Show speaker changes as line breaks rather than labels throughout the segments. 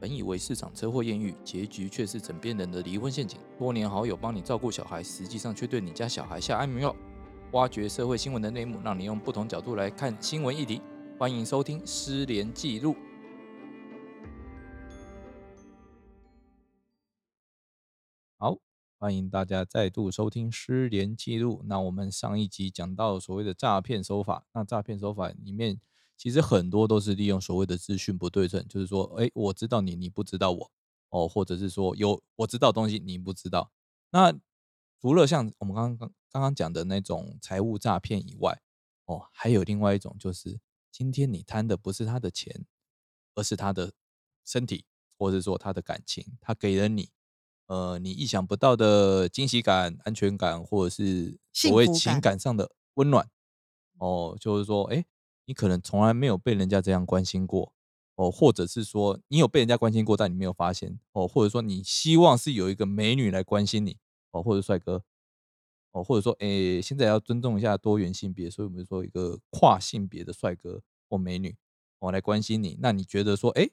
本以为市场车祸艳遇，结局却是枕边人的离婚陷阱。多年好友帮你照顾小孩，实际上却对你家小孩下安眠药。挖掘社会新闻的内幕，让你用不同角度来看新闻议题。欢迎收听《失联记录》。好，欢迎大家再度收听《失联记录》。那我们上一集讲到所谓的诈骗手法，那诈骗手法里面其实很多都是利用所谓的资讯不对称，就是说，哎，我知道你，你不知道我，哦，或者是说有我知道东西你不知道。那除了像我们刚刚刚刚讲的那种财务诈骗以外，哦，还有另外一种就是，今天你贪的不是他的钱，而是他的身体，或者说他的感情，他给了你。呃，你意想不到的惊喜感、安全感，或者是所
幸
谓
福
情
感嗯
感上的温暖，哦，就是说，哎，你可能从来没有被人家这样关心过，哦，或者是说你有被人家关心过，但你没有发现，哦，或者说你希望是有一个美女来关心你，哦，或者帅哥，哦，或者说，诶，现在要尊重一下多元性别，所以我们说一个跨性别的帅哥或美女，哦，来关心你，那你觉得说，诶，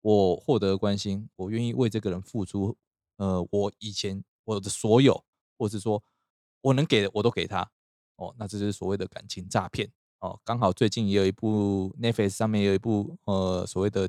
我获得关心，我愿意为这个人付出，呃，我以前我的所有，或是说我能给的我都给他，哦，那这就是所谓的感情诈骗。哦，刚好最近也有一部 Netflix 上面有一部呃所谓的，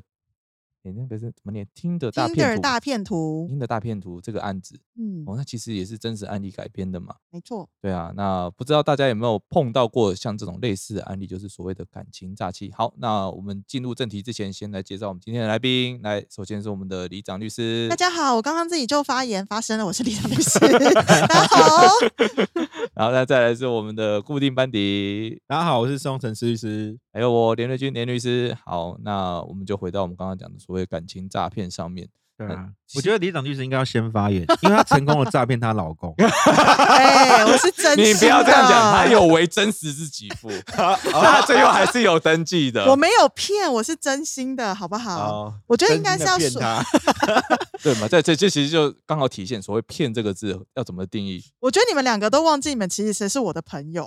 你那个是怎么念？听的大骗
Tinder
图，
大骗图，
听的大骗图这个案子，哦，
嗯，
那其实也是真实案例改编的嘛。
没错，
对啊，那不知道大家有没有碰到过像这种类似的案例，就是所谓的感情诈欺。好，那我们进入正题之前，先来介绍我们今天的来宾。来，首先是我们的李长律师
大，家好，我刚刚自己就发言发生了，我是李长律 师，大家好。
然后呢，再来是我们的固定班底，
大家好，我是双城石律师。
还有我连瑞君连律师。好，那我们就回到我们刚刚讲的所谓感情诈骗上面。
对
啊
啊，我觉得李长律师应该要先发言，因为他成功的诈骗她 老公。
哎，我是真
你
心
不要这样讲，
的
他有为真实之给 付， 他最后还是有登记的。
我没有骗，我是真心的，好不好？
哦
我觉得应该是要
真心
说，
地
对嘛？这这这其实就刚好体现所谓“骗”这个字要怎么定义。
我觉得你们两个都忘记你们其实谁是我的 朋友，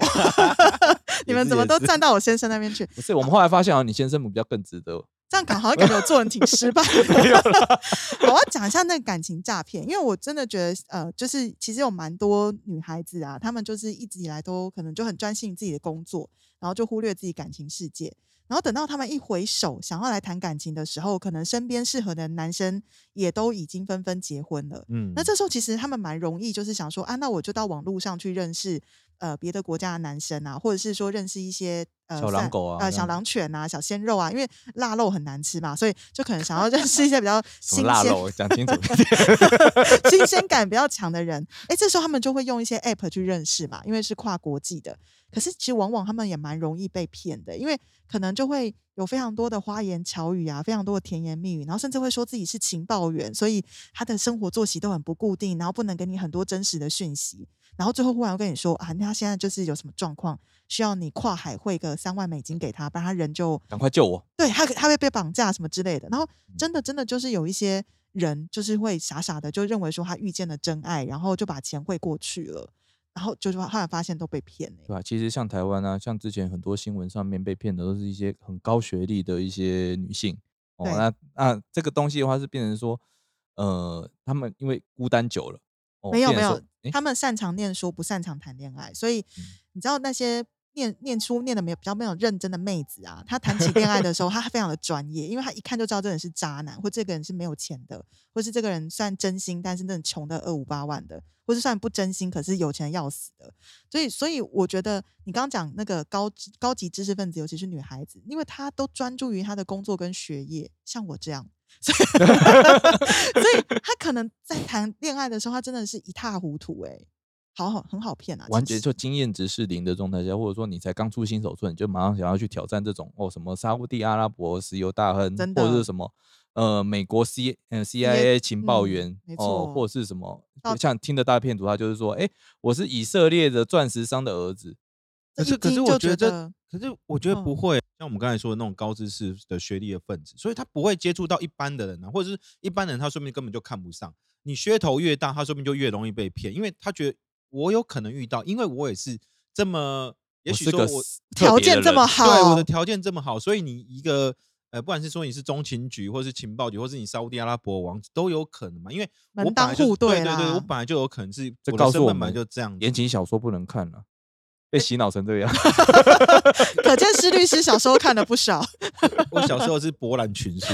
你们怎么都站到我先生那边去？
不是，我们后来发现啊，你先生比较更值得。
这样讲好像感觉我做人挺失败的。好，我要讲一下那个感情诈骗，因为我真的觉得，呃，就是其实有蛮多女孩子啊，她们就是一直以来都可能就很专心自己的工作，然后就忽略自己感情世界。然后等到她们一回首想要来谈感情的时候，可能身边适合的男生也都已经纷纷结婚了。
嗯
那这时候其实他们蛮容易，就是想说啊，那我就到网络上去认识呃别的国家的男生啊，或者是说认识一些呃
小狼
散
狗啊
呃
这
小
样
狼犬啊、小鲜肉啊，因为腊肉很难吃嘛，所以就可 能想要认识一些比较
什么
新
腊
鲜、
肉？讲 清楚一点。
新鲜感比较强的人。哎，这时候他们就会用一些 app 去认识嘛，因为是跨国际的。可是其实往往他们也蛮容易被骗的，因为可能就会有非常多的花言巧语啊，非常多的甜言蜜语，然后甚至会说自己是情报员，所以他的生活作息都很不固定，然后不能给你很多真实的讯息。然后最后忽然又跟你说啊，那他现在就是有什么状况，需要你跨海汇个三万美金给他，不然他人就
赶快救我！
对他他会被绑架什么之类的。然后真的真的就是有一些人就是会傻傻的就认为说他遇见了真爱，然后就把钱汇过去了，然后就是后来发现都被骗欸了、
对吧、其实像台湾啊，像之前很多新闻上面被骗的都是一些很高学历的一些女性。哦，
对
那那这个东西的话是变成说，呃，他们因为孤单久了，哦、
没有
变成
没
说，诶
他们擅长念书，不擅长谈恋爱，所以你知道那些。念念书念的没有比较没有认真的妹子啊，她谈起恋爱的时候，她非常的专业，因为她一看就知道这人是渣男，或这个人是没有钱的，或是这个人算真心，但是那种穷的二五八万的，或是算不真心，可是有钱得要死的。所以，所以我觉得你刚刚讲那个高知高级知识分子，尤其是女孩子，因为她都专注于她的工作跟学业，像我这样， 所以所以她可能在谈恋爱的时候，她真的是一塌糊涂、欸，好好很好骗啊，
完
其
全
实
就经验值是零的状态下，或者说你才刚出新手村，你就马上想要去挑战这种哦什么沙烏地阿拉伯石油大亨，
真
或者是
的
什么呃美国 C 呃 CIA 情报
嗯
员、
没
哦，或
错哦
者是什么
到
像听的大片图，他就是说，哎、我是以色列的钻石商的儿子，
这
可是
一
可是
听
我
就觉
觉得
得
这，可是我觉得
嗯
不会，像我们刚才说的那种高知识的学历的分子，所以他不会接触到一般的人啊，或者是一般人他说不定根本就看不上你噱头越大，他说不定就越容易被骗，因为他觉得我有可能遇到，因为我也是这么，也
我
许
是
说
个
我
特
条
别的
件这
人
么好，
对我的条件这么好，所以你一个呃，不管是说你是中情局，或是情报局，或是你沙烏地阿拉伯王子，都有可能嘛。因为我
门
本
当
来就
户
对对
啦。
对，我本来就有可能是
这
我
告
的
诉
身
我
份本来
们
就这
嗯
样子。
言情小说不能看了、被洗脑成这样。
可见施律师小时候看了不少。
我小时候是博览群书，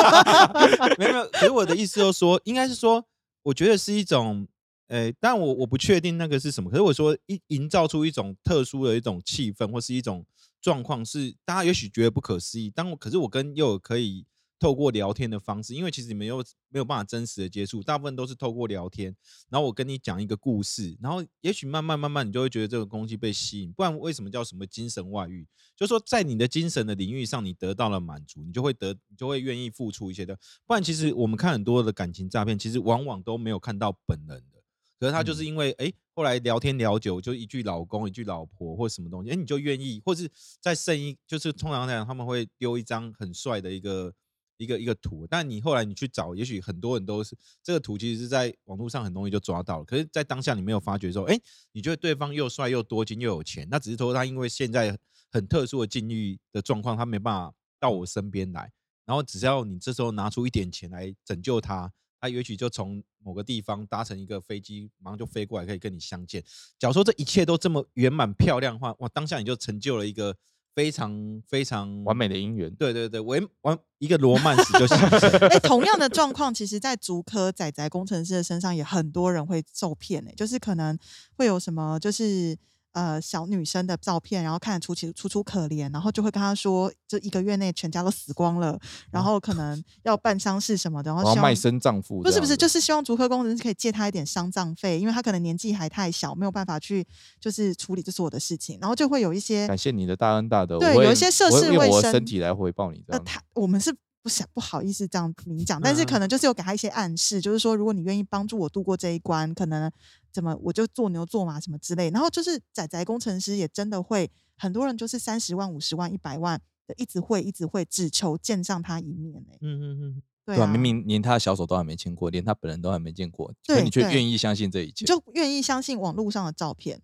没有没有。可是我的意思就是说，应该是说，我觉得是一种，呃，但我我不确定那个是什么。可是我说，一营造出一种特殊的一种气氛，或是一种状况，是大家也许觉得不可思议。当我可是我跟佑友可以透过聊天的方式，因为其实你们又没有办法真实的接触，大部分都是透过聊天。然后我跟你讲一个故事，然后也许慢慢慢慢，你就会觉得这个东西被吸引。不然为什么叫什么精神外遇？就说在你的精神的领域上，你得到了满足，你就会得，你就会愿意付出一些的。不然，其实我们看很多的感情诈骗，其实往往都没有看到本人的。可是他就是因为哎、诶后来聊天聊久，就一句老公，一句老婆，或什么东西，哎、你就愿意，或是再剩一，就是通常来讲他们会丢一张很帅的一个一个一个图，但你后来你去找，也许很多人都是这个图，其实是在网络上很容易就抓到了。可是，在当下你没有发觉的时候，哎、你觉得对方又帅又多金又有钱，那只是说他因为现在很特殊的境遇的状况，他没办法到我身边来。然后只要你这时候拿出一点钱来拯救他，他也许就从某个地方搭乘一个飞机，马上就飞过来，可以跟你相见。假如说这一切都这么圆满漂亮的话，哇，当下你就成就了一个非常非常
完。美的姻缘，
对对对，完完一个罗曼史就形成 了。
哎、同样的状况，其实，在竹科仔仔工程师的身上，也很多人会受骗哎、就是可能会有什么，就是呃小女生的照片，然后看得楚楚楚楚可怜，然后就会跟他说，这一个月内全家都死光了，然后可能要办丧事什么的，然
然
后
后
希
哦卖
望。
身葬父这样
不
子，
是不是，就是希望竹科工程师可以借他一点丧葬费，因为他可能年纪还太小，没有办法去就是处理这所有的事情，然后就会有一些
感谢你的大恩大德。我
对
会
有一些涉
我会
世
用
未
我的
深呃
身体来回报你这
那
样子。嗯
他我们是不想不好意思这样明讲，但是可能就是有给他一些暗示，就是说如果你愿意帮助我度过这一关，可能怎么我就做牛做马什么之类。然后就是仔仔工程师也真的会，很多人就是三十万、五十万、一百万的一直会一直会，只求见上他一面哎、
嗯嗯嗯，
对
对
啊，
啊，明明连他的小手都还没牵过，连他本人都还没见过，可
对
你却
对
愿意相信这一切
你，就愿意相信网络上的照片，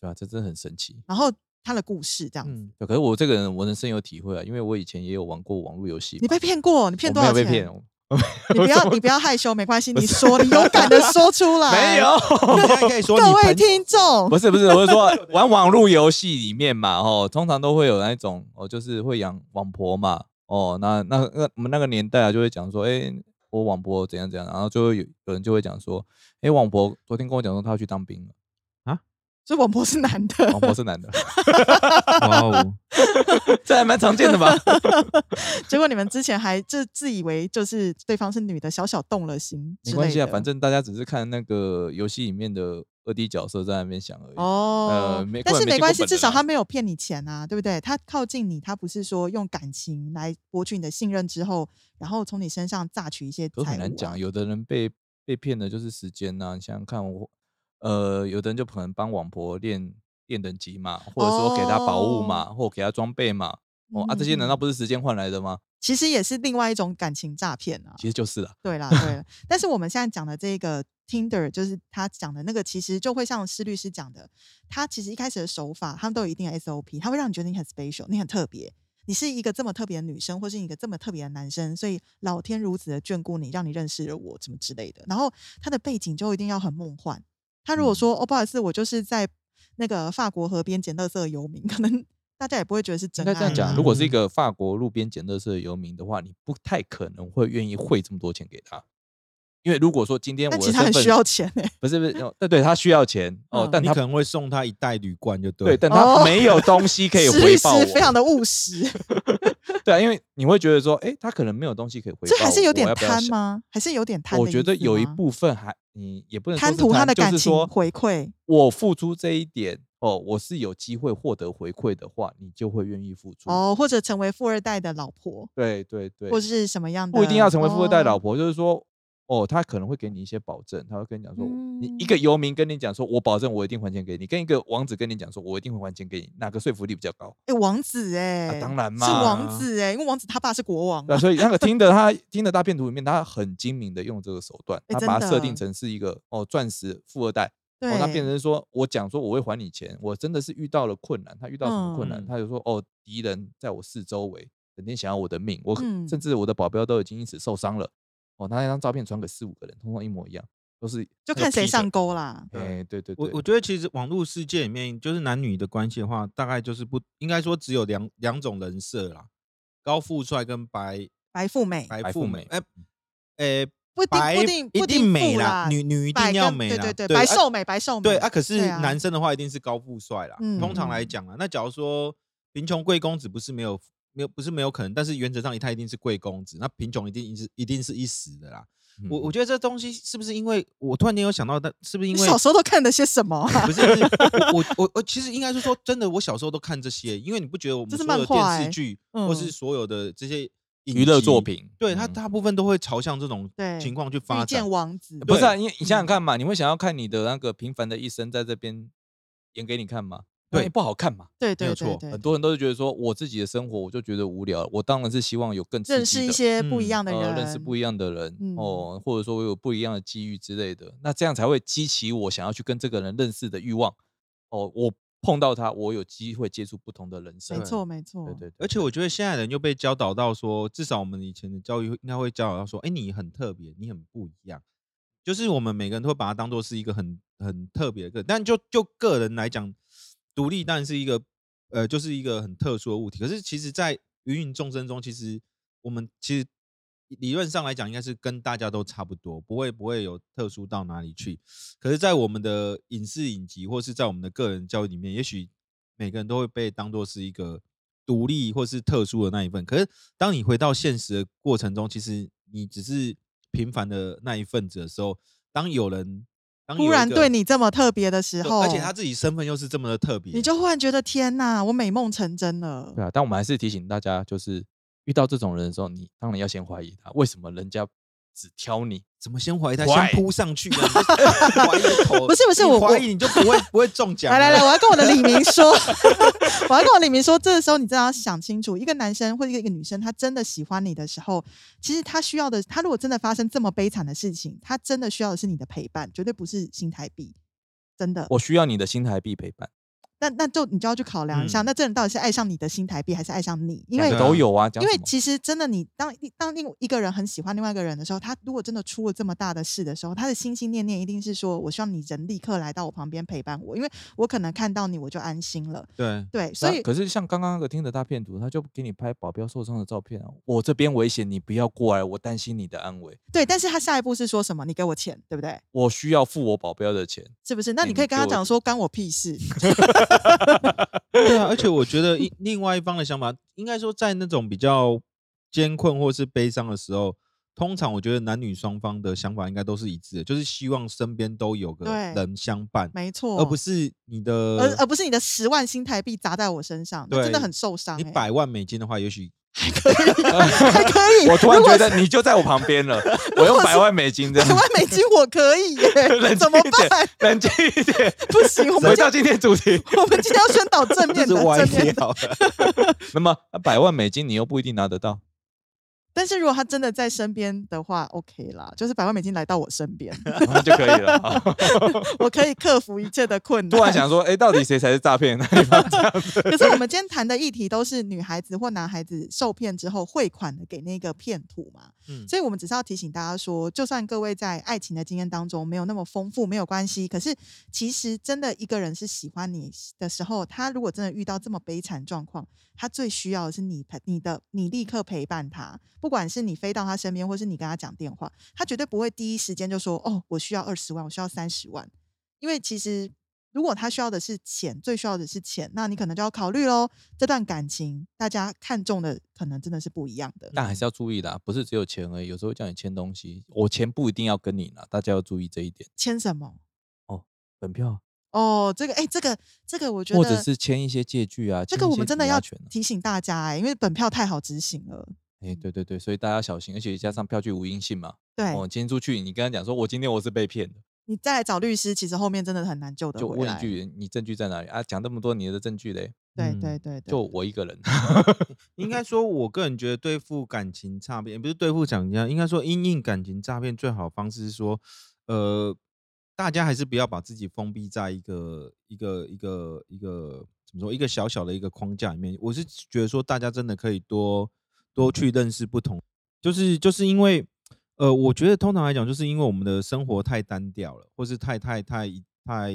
对啊，这真的很神奇。
然后他的故事这样 子。
嗯
对，可是我这个人，我能深有体会啊，因为我以前也有玩过网络游戏嘛。
你被骗过？你骗
我
多
没
少
有
钱？啊
被骗， 我
你不要，你不要害羞，没关系，你说，你勇敢的说出来。
没，有。
大家可以说 你
各位
朋
听众，
不是不是，我是说玩网络游戏里面嘛，哦，通常都会有那种哦，就是会养网婆嘛，哦，那那那我们那个年代啊，就会讲说，哎、我网婆怎样怎样，然后就会有有人就会讲说，哎、网婆昨天跟我讲说她要去当兵了，
所以王博是男 的。
网婆是男的，
哇哦，
这还蛮常见的吧？
结果你们之前还就自以为就是对方是女的，小小动了心之
没
类的，
关系啊，反正大家只是看那个游戏里面的二 D 角色在那边想而已。
哦
呃，没
但
根
是
本没
没
见过
关系，
本
至
人
少
啊
他没有骗你钱啊，对不对？他靠近你，他不是说用感情来博取你的信任之后，然后从你身上榨取一些
可
财
是
物、啊。
很难讲，有的人被被骗的就是时间呐、你想想看我，呃，有的人就可能帮网婆练练等级嘛，或者说给她宝物嘛，或给她装备嘛。哦啊，这些难道
哦嗯
不是时间换来的吗？
其实也是另外一种感情诈骗啊？
其实就是了。
对啦，对啦。但是我们现在讲的这个 Tinder，就是他讲的那个，其实就会像施律师讲的，他其实一开始的手法，他们都有一定的 SOP，他会让你觉得你很 special，你很特别，你是一个这么特别的女生，或是一个这么特别的男生，所以老天如此的眷顾你，让你认识了我，什么之类的。然后他的背景就一定要很梦幻。他
嗯
如果说、哦，不好意思，我就是在那个法国河边捡垃圾的游民，可能大家也不会觉得是
应
真爱
该
啊、
这样讲，如果是一
嗯
个法国路边捡垃圾的游民的话，你不太可能会愿意汇这么多钱给他，因为如果说今天我
但
的
其实他很
身份
需要钱哎、
不是不是，哦对对，他需要 钱哦
嗯，
但
你
他
可能会送他一袋铝罐就对
对，
了。
但
哦
他没有东西 可以
施律
回
师
报我，
非常的务实。
对啊，因为你会觉得说，哎，他可能没有东西可以回报
这
我，
还是有点
我要不要
贪
想
吗？还是有点贪的
我
意
觉得
思
有一
吗
部分还你也不能说
贪
是
图他的感
就是说
情回馈
我付出这一点哦，我是有机会获得回馈的话，你就会愿意付出。
哦，或者成为富二代的老婆，
对对对，
或是什么样的？
不一定要成为富二代老
哦
婆，就是说哦，他可能会给你一些保证，他会跟你讲说，哦你一个
嗯
游民跟你讲说，我保证我一定还钱给你，跟一个王子跟你讲说，我一定会还钱给你，哪个说服力比较高？
诶王子哎、
啊当然
是王
嘛
子哎、因为王子他爸是国王
对啊、
啊、
所以那个听的他听的大片图里面，他很精明的用这个手段，
诶
他
真
把它设定
的
成是一个哦钻石富二代，
对，
哦，他变成说我讲说我会还你钱，我真的是遇到了困难，他遇到什么困难，
嗯
他就说哦敌人在我四周围，整天想要我的命，我可
嗯
甚至我的保镖都已经因此受伤了。哦，他那张照片传给四五个人，通通一模一样，都是那
就
个
看谁
P
上
的。
钩啦。
对
哎，对对
我
对，
我觉得其实网络世界里面，就是男女的关系的话，大概就是不应该说只有两两种人设啦，高富帅跟白
白富美嗯
白
白
富
富
美
美，哎哎，
不一定
白
不一定不
一
一定
定美
富
啦
啦，
女女一
白
定要
跟
美
对
啦，
对对，
对
白
啊
瘦美白瘦美，
对啊，可是
对啊
男生的话一定是高富帅啦。
嗯
通常来讲啊，那假如说贫穷贵公子不是没有没有不是没有可能，但是原则上他一定是贵公子，那贫穷一定一是一定是一时的啦。
嗯
我我
觉
觉得这东西是不是因为我突然间有想到，但是不是因
你
为
小时候都看的些什么啊？
不是 不是我我我其实应该是说真的，我小时候都看这些，因为你不觉得我们
这是
所
漫
有的
画
电
欸
视剧、
嗯
或是所有的这些影
娱乐作
集，
品，
对它
嗯
大部分都会朝向这种
对
情况去
遇
发展
见。王子
不是啊，
对嗯
因为你想想看嘛，你会想要看你的那个平凡的一生在这边演给你看吗？
对
因为不好看嘛。
对
没
对
有
对
错
对
很，多人都是觉得说，我自己的生活我就觉得无聊，我当然是希望有更刺
认
激
识一
的
些不一样的
呃，
人，
认识不一样的人、
嗯
哦，或者说我有不一样的机遇之类的，那这样才会激起我想要去跟这个人认识的欲望。哦，我碰到他，我有机会接触不同的人生。
没错没错，
对对对，
而且我觉得现在人又被教导到说，至少我们以前的教育应该会教导到说，哎、你很特别，你很不一样。就是我们每个人都会把它当做是一个很很特别的个人，但就就个人来讲，独立当然是一个呃，就是一个很特殊的物体。可是其实，在芸芸众生中，其实我们其实理论上来讲，应该是跟大家都差不多，不会不会有特殊到哪里去。可是，在我们的影视影集，或是在我们的个人教育里面，也许每个人都会被当做是一个独立或是特殊的那一份。可是，当你回到现实的过程中，其实你只是平凡的那一份子的时候，当有人当有
突
一
然
个
对你这么特别的时
对
候，
而且他自己身份又是这么的特别，
你就忽然觉得天哪，我美梦成真了
对。啊，但我们还是提醒大家，就是遇到这种人的时候，你当然要先怀疑他，为什么人家只挑你？
怎么先怀疑他，
怀
先扑上去啊，你就 怀疑头，
不是不是
你
我我
怀疑你就不会不会中奖。啊
来来来，，我要跟我的李明说， 我要跟我李明说，这个时候你真的要想清楚，一个男生或者一个女生，他真的喜欢你的时候，其实他需要的，他如果真的发生这么悲惨的事情，他真的需要的是你的陪伴，绝对不是新台币。真的，
我需要你的新台币陪伴，
那那就你就要去考量一下，
嗯
那这人到底是爱上你的新台币，还是爱上你？因
两
为
个
对啊
都有啊，讲
因为
什么
其实真的你，当当另一个人很喜欢另外一个人的时候，他如果真的出了这么大的事的时候，他的心心念念一定是说，我希望你人立刻来到我旁边陪伴我，因为我可能看到你我就安心了。
对，
对，
那
所以
可是像刚刚那个听的大骗徒，他就给你拍保镖受伤的照片啊，我这边危险，你不要过来，我担心你的安危，
对，但是他下一步是说什么？你给我钱，对不对？
我需要付我保镖的 钱。
是不是？那
哎
你可以
你
跟
给
他
我
讲说，干我屁事。
对啊，而且我觉得一另外一方的想法，应该说在那种比较艰困或是悲伤的时候，通常我觉得男女双方的想法应该都是一致的，就是希望身边都有个
对
人相伴，
没错，呃
而不是你
而而
的。
不是你的十万新台币砸在我身上，那真的
对
很受伤、
你
哎
百万美金的话，也许
还可以，还可以。
我突然
如
觉
果
得你就在我旁边 了，我用百万美金这
百
样
万，美金我可以耶、
冷
怎么
静一点
办？
冷静一 点。
不行，我们
回
今
到今天主题，
我们今天要宣导正
这
面
是
的，
歪
正面的。
掉了。
那么百万美金你又不一定拿得到，
但是如果他真的在身边的话，OK 啦，就是百万美金来到我身边，
那就可以了。好
我可以克服一切的困难。
突然想说，哎，到底谁才是诈骗？那你把这样子，
可是我们今天谈的议题都是女孩子或男孩子受骗之后汇款的给那个骗徒嘛，
嗯
所以我们只是要提醒大家说，就算各位在爱情的经验当中没有那么丰富，没有关系。可是其实真的一个人是喜欢你的时候，他如果真的遇到这么悲惨状况，他最需要的是你陪你的你立刻陪伴他，不管是你飞到他身边，或是你跟他讲电话，他绝对不会第一时间就说哦，我需要二十万，我需要三十万，因为其实。如果他需要的是钱，最需要的是钱，那你可能就要考虑喽。这段感情大家看重的可能真的是不一样的。
但还是要注意啦，不是只有钱而已，有时候会叫你签东西，我钱不一定要跟你拿，大家要注意这一点。
签什么？
本票，
哦，这个哎、这个这个，我觉得
或者是签一些借据啊，
这
签
个
一
我
些
们真的
抵押
要
权啊
提醒大家哎、因为本票太好执行了。
哎、对对对，所以大家要小心，而且加上票据无音信嘛。
嗯对、
哦，今天出去，你跟他讲说，我今天我是被骗的，
你再来找律师，其实后面真的很难救得
就
回
问
来。
一句，你证据在哪里啊？讲这么多你的证据嘞，
对
嗯
对对对，
就我一个人。
应该说，我个人觉得对付感情诈骗，不是对付感情诈骗，应该说因应感情诈骗最好的方式是说，呃，大家还是不要把自己封闭在一个一个一个一个怎么说一个小小的一个框架里面。我是觉得说，大家真的可以多多去认识不同，就是就是因为，呃，我觉得通常来讲，就是因为我们的生活太单调了，或是太太太太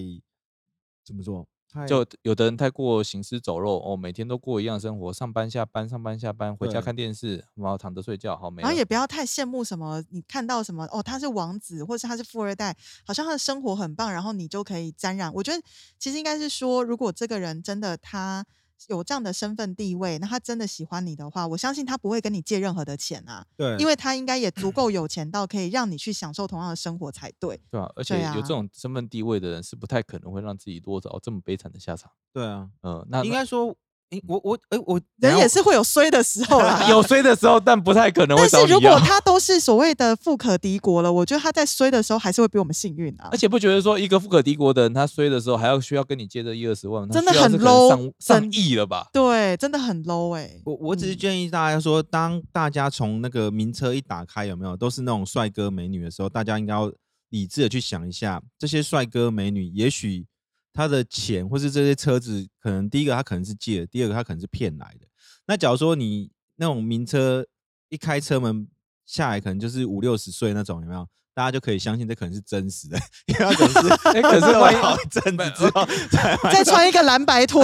怎么说？太
就有的人太过行尸走肉哦，每天都过一样生活，上班下班，上班下班，回家
对
看电视，然后躺着睡觉，好没
然
了
后。也不要太羡慕什么，你看到什么哦，他是王子，或是他是富二代，好像他的生活很棒，然后你就可以沾染。我觉得其实应该是说，如果这个人真的他有这样的身份地位，那他真的喜欢你的话，我相信他不会跟你借任何的钱啊，
对，
因为他应该也足够有钱到可以让你去享受同样的生活才对。
对吧、而且有
啊
这种身份地位的人，是不太可能会让自己落着这么悲惨的下场。
对啊，
嗯，那
应
那，
该说，诶，
嗯
我我诶，我
人也是会有衰的时候啦
有衰的时候，但不太可能会
但
找
是
你
如果
要。
他都是所谓的富可敌国了，我觉得他在衰的时候还是会比我们幸运啊
而。且不觉得说一个富可敌国的人，他衰的时候还要需要跟你借这一二十万，他
真的
需要
很
是可能
low，
上上
真
亿了吧？
对，真的很 low 哎、
我我只是
嗯
建议大家说，当大家从那个名车一打开，有没有都是那种帅哥美女的时候，大家应该要理智的去想一下，这些帅哥美女，也许他的钱或是这些车子，可能第一个他可能是借的，第二个他可能是骗来的。那假如说你那种名车一开车门下来，可能就是五六十岁那种，有没有？大家就可以相信这可能是真实的，因为他可能 是啊
哎、 可是万一
好一阵子之后才买
再穿一个蓝白 拖，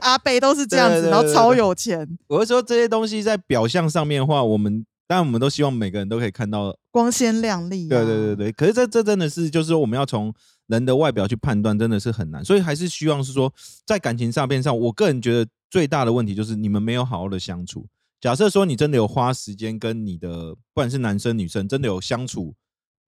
阿北都是这样
对
子，
对
然后
对
超
对
有钱，
我是说这些东西在表象上面的话，我们当然我们都希望每个人都可以看到，
光鲜亮丽、啊
对对对，对。可是这这真的是就是说我们要从人的外表去判断，真的是很难，所以还是希望是说在感情上面上，我个人觉得最大的问题就是你们没有好好的相处。假设说你真的有花时间跟你的不管是男生女生真的有相处，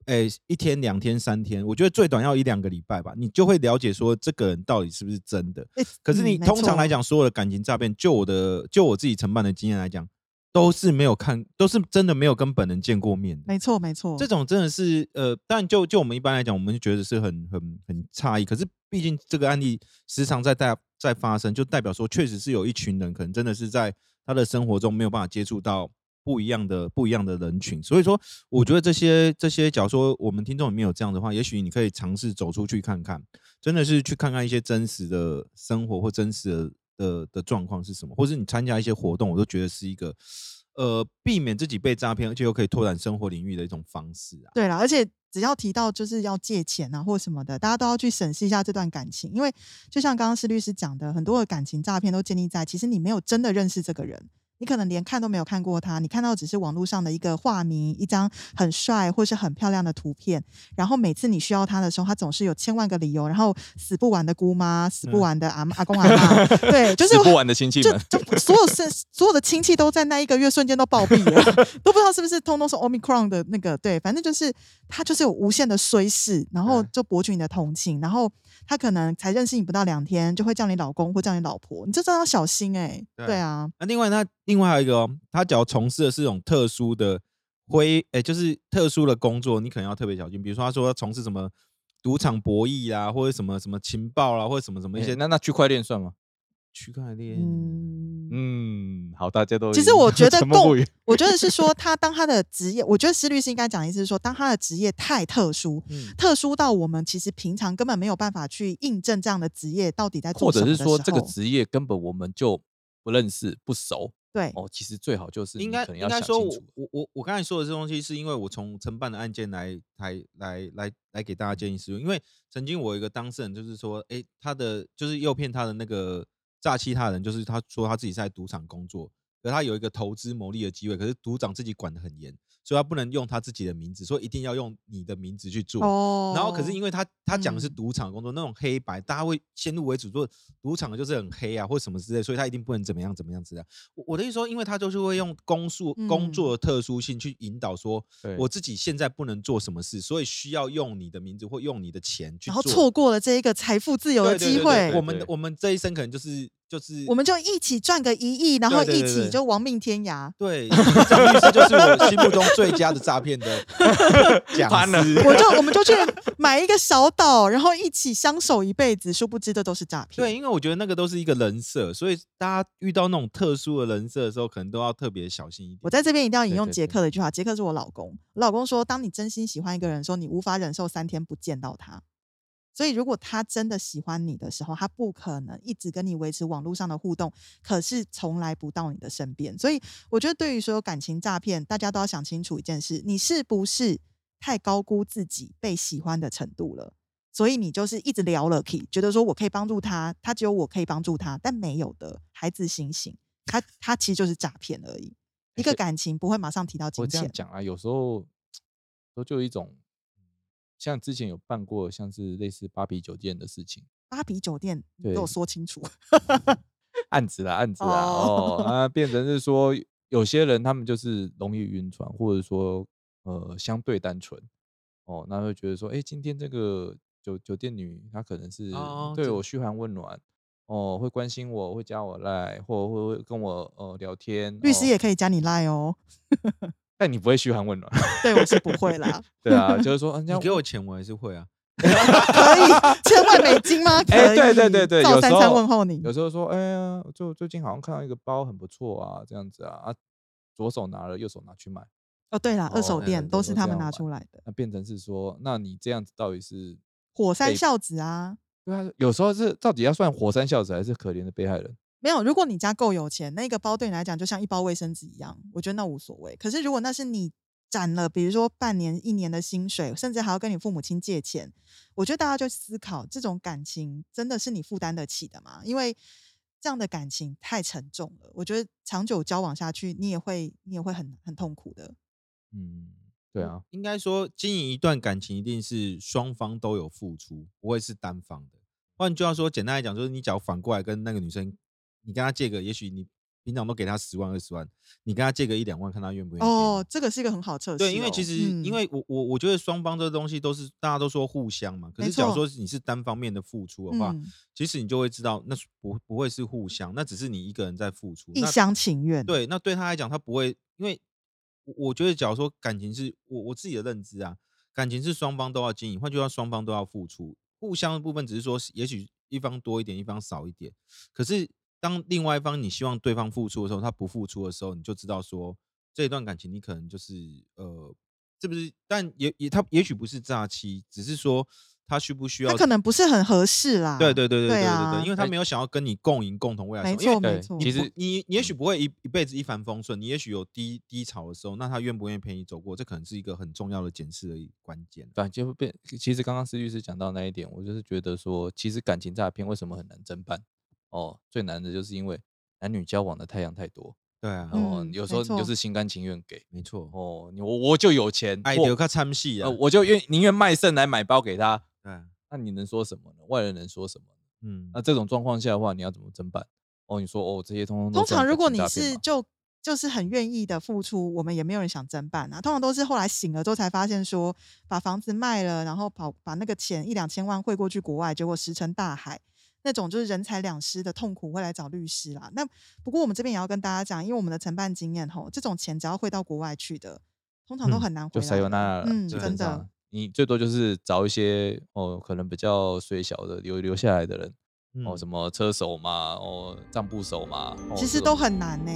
哎、一天两天三天，我觉得最短要一两个礼拜吧，你就会了解说这个人到底是不是真的。
诶
可是
嗯
你
没
通常来
错
讲，所有的感情诈骗，就我的就我自己承办的经验来讲，都是没有看，都是真的没有跟本人见过面的。
没错没错，
这种真的是呃，但就就我们一般来讲，我们就觉得是很很很诧异。可是毕竟这个案例时常在在在发生，就代表说确实是有一群人可能真的是在他的生活中没有办法接触到不一样的不一样的人群。所以说，我觉得这些这些，假如说我们听众里面有这样的话，也许你可以尝试走出去看看。真的是去看看一些真实的生活或真实的的的状况是什么，或是你参加一些活动，我都觉得是一个呃避免自己被诈骗，而且又可以拓展生活领域的一种方式啊。
对啦，而且只要提到就是要借钱啊或什么的，大家都要去审视一下这段感情，因为就像刚刚施律师讲的，很多的感情诈骗都建立在其实你没有真的认识这个人。你可能连看都没有看过他，你看到只是网络上的一个化名，一张很帅或是很漂亮的图片，然后每次你需要他的时候，他总是有千万个理由，然后死不完的姑妈，死不完的阿嬷阿公阿妈， 对，就
嗯
是
死不完的亲戚
就
们，
就所有是 所有的亲戚都在那一个月瞬间都暴毙了， 都不知道是不是通通是 omicron 的那个对，反正就是他就是有无限的衰势，然后
对
就博取你的同情，然后他可能才认识你不到两天，就会叫你老公或叫你老婆，你这真的要小心哎、
对
对啊，
那另外呢，另外还有一个、哦，他只要从事的是一种特殊的灰，诶、就是特殊的工作，你可能要特别小心。比如说，他说要从事什么赌场博弈啦，或者什么什么情报啦，或者什么什么一
诶
些
那那区块链算吗？
区块链。
嗯，
嗯，好，大家都
其
已
实
经
我觉得
沉默
共
不 语。
我觉得是说他当他的职业，我觉得施律师应该讲的意思是说，当他的职业太特殊。
嗯，
特殊到我们其实平常根本没有办法去印证这样的职业到底在做
或
什么
者是
的时
说这个
候
职业根本我们就不认识、不熟
对
哦。其实最好就是
应
你
该
可能
应
要
该
想
说
清
我
楚，
我我我刚才说的这东西，是因为我从承办的案件来来来来来给
嗯
大家建议使用，因为曾经我有一个当事人就是说，诶，他的就是诱骗他的那个诈欺他的人，就是他说他自己是在赌场工作，可他有一个投资牟利的机会，可是赌场自己管得很严，所以他不能用他自己的名字，说一定要用你的名字去做。
哦
然后可是因为他他讲的是
嗯
赌场工作、那种黑白，大家会先入为主说赌场就是很黑啊或什么之类，所以他一定不能怎么样怎么样之类。啊我我的意思说，因为他就是会用公诉
嗯
工作的特殊性去引导说，
对
我自己现在不能做什么事，所以需要用你的名字或用你的钱去
然后
做。
错过了这一个财富自由的
对对
机
对
会，
对我们的
对
我们这一生可能就是就是
我们就一起赚个一亿，然后
对对
一
对
起
对
就亡命天涯。
对，张律师就是我心目中最佳的诈骗 的
完
讲
了
师。
我就我们就去买一个小岛，然后一起相守一辈子，殊不知这都是诈骗。
对，因为我觉得那个都是一个人设，所以大家遇到那种特殊的人设的时候，可能都要特别小心一
我
点。
在这边一定要引
对
用
对
杰
对
克的一句话，杰克是我老公，我老公说，当你真心喜欢一个人的时候，你无法忍受三天不见到他。所以，如果他真的喜欢你的时候，他不可能一直跟你维持网络上的互动，可是从来不到你的身边。所以，我觉得对于所有感情诈骗，大家都要想清楚一件事：你是不是太高估自己被喜欢的程度了？所以你就是一直聊了 key，觉得说我可以帮助他，他只有我可以帮助他，但没有的。孩子醒醒，他他其实就是诈骗而已。一个感情不会马上提到
我
金
这样
钱，
讲啊，有时候都就有一种，嗯像之前有办过像是类似芭比酒店的事情
芭比酒店你
对
给我说清楚。
案子啦，案子啦，
哦
哦，啊，变成是说有些人他们就是容易晕船，或者说呃相对单纯，哦，那会觉得说，哎、今天这个酒酒店女她可能是
哦
对
这
我嘘寒问暖。哦，会关心我，会加我赖，或或会跟我呃聊天。
律师
哦
也可以加你 line 哦，
但你不会嘘寒问暖，
对我是不会啦，
对啊，就是 说，人家
你给我钱，我还是会啊。
可 以千万美金吗？可以，
哎对对对对
赵
有
三
时
三
候
问候你
有，时候说，哎呀，就最近好像看到一个包很不错啊，这样子啊，啊，左手拿了，右手拿去买，
哦对啦，二
哦
手
对
店
对
都
都
是
这
他们
样
拿
玩
出来的，
那变成是说，那你这样子到底是
火山
被
孝子啊，
对啊？有时候是到底要算火山孝子还是可怜的被害人？
没有，如果你家够有钱，那个包对你来讲就像一包卫生纸一样，我觉得那无所谓。可是如果那是你攒了，比如说半年、一年的薪水，甚至还要跟你父母亲借钱，我觉得大家就思考，这种感情真的是你负担得起的吗？因为这样的感情太沉重了，我觉得长久交往下去，你也会你也会很很痛苦的。
嗯，对啊，
应该说，经营一段感情一定是双方都有付出，不会是单方的。换句话说，简单来讲，就是你只要反过来跟那个女生，你跟她借个，也许你平常都给她十万、二十万，你跟她借个一两万，看她愿不愿意给你。
哦，这个是一个很好测试哦、
对，因为其实、
嗯
因为我我我觉得双方这东西都是大家都说互相嘛，可
没
是假如
错
说你是单方面的付出的话，
嗯
其实你就会知道那是不不会是互相，那只是你一个人在付出。
一
那
厢情愿，
对，那对他来讲，他不会，因为我我觉得，假如说感情是我我自己的认知啊，感情是双方都要经营，换句话说，双方都要付出，互相的部分只是说，也许一方多一点，一方少一点。可是当另外一方你希望对方付出的时候，他不付出的时候，你就知道说这一段感情你可能就是呃，是不是？但也也他也许不是诈欺，只是说他需不需要
他可能不是很合适啦。
对对对对对对对，
啊
因为他没有想要跟你共赢共同未来
没
什么，因
错
为
没
对
错，
其
不
实
你你也许不会一一辈子一帆风顺，你也许有低低潮的时候，那他愿不愿意陪你走过，这可能是一个很重要的检视的一关键。
对啊，就会变。其实刚刚施律师讲到那一点，我就是觉得说，其实感情诈骗为什么很难侦办？哦，最难的就是因为男女交往的太阳太多，
对啊，
然后
嗯
有时
没
候你就
错
是心甘情愿给。
没错，
哦，你我我就有钱，
爱
我
留看参戏啊
呃，，我就愿宁愿卖肾来买包给他。
对啊，
那你能说什么呢？外人能说什么呢？
嗯
那这种状况下的话，你要怎么侦办？哦，你说哦，这些通通都
通
算
常
感
如果
情
你
诈骗
是
吗
就就是很愿意的付出，我们也没有人想侦办啊。通常都是后来醒了之后才发现说，把房子卖了，然后跑把那个钱一两千万汇过去国外，结果石沉大海。那种就是人财两失的痛苦会来找律师啦。那不过我们这边也要跟大家讲，因为我们的承办经验吼，这种钱只要汇到国外去的，通常都
嗯
很难回
就
来
塞
的。
有那了，
嗯
基
对
本
真的
上你最多就是找一些哦，可能比较水小的留留下来的人，哦，什
么？
么车手嘛，哦，账簿手嘛，哦
嗯其
这
实
种
都很难呢、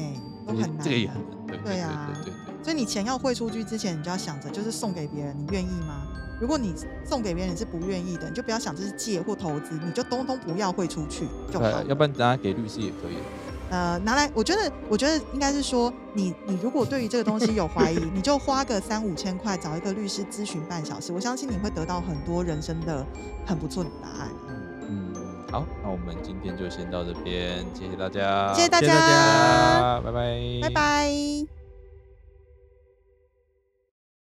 都
这个
很难。
这个也很难，对
对啊
对对对对
所以你钱要汇出去之前，你就要想着，就是送给别人，你愿意吗？如果你送给别人你是不愿意的，你就不要想这是借或投资，你就通通不要汇出去就
对
好
对啊
了。
要不然大家给律师也可以。
呃，拿来，我觉得，我觉得应该是说，你你如果对于这个东西有怀疑，你就花个三五千块找一个律师咨询半小时，我相信你会得到很多人生的很不错的答案。
嗯，好，那我们今天就先到这边，谢谢大家，
谢谢大
谢谢大
大家，
家，
拜拜，
拜拜。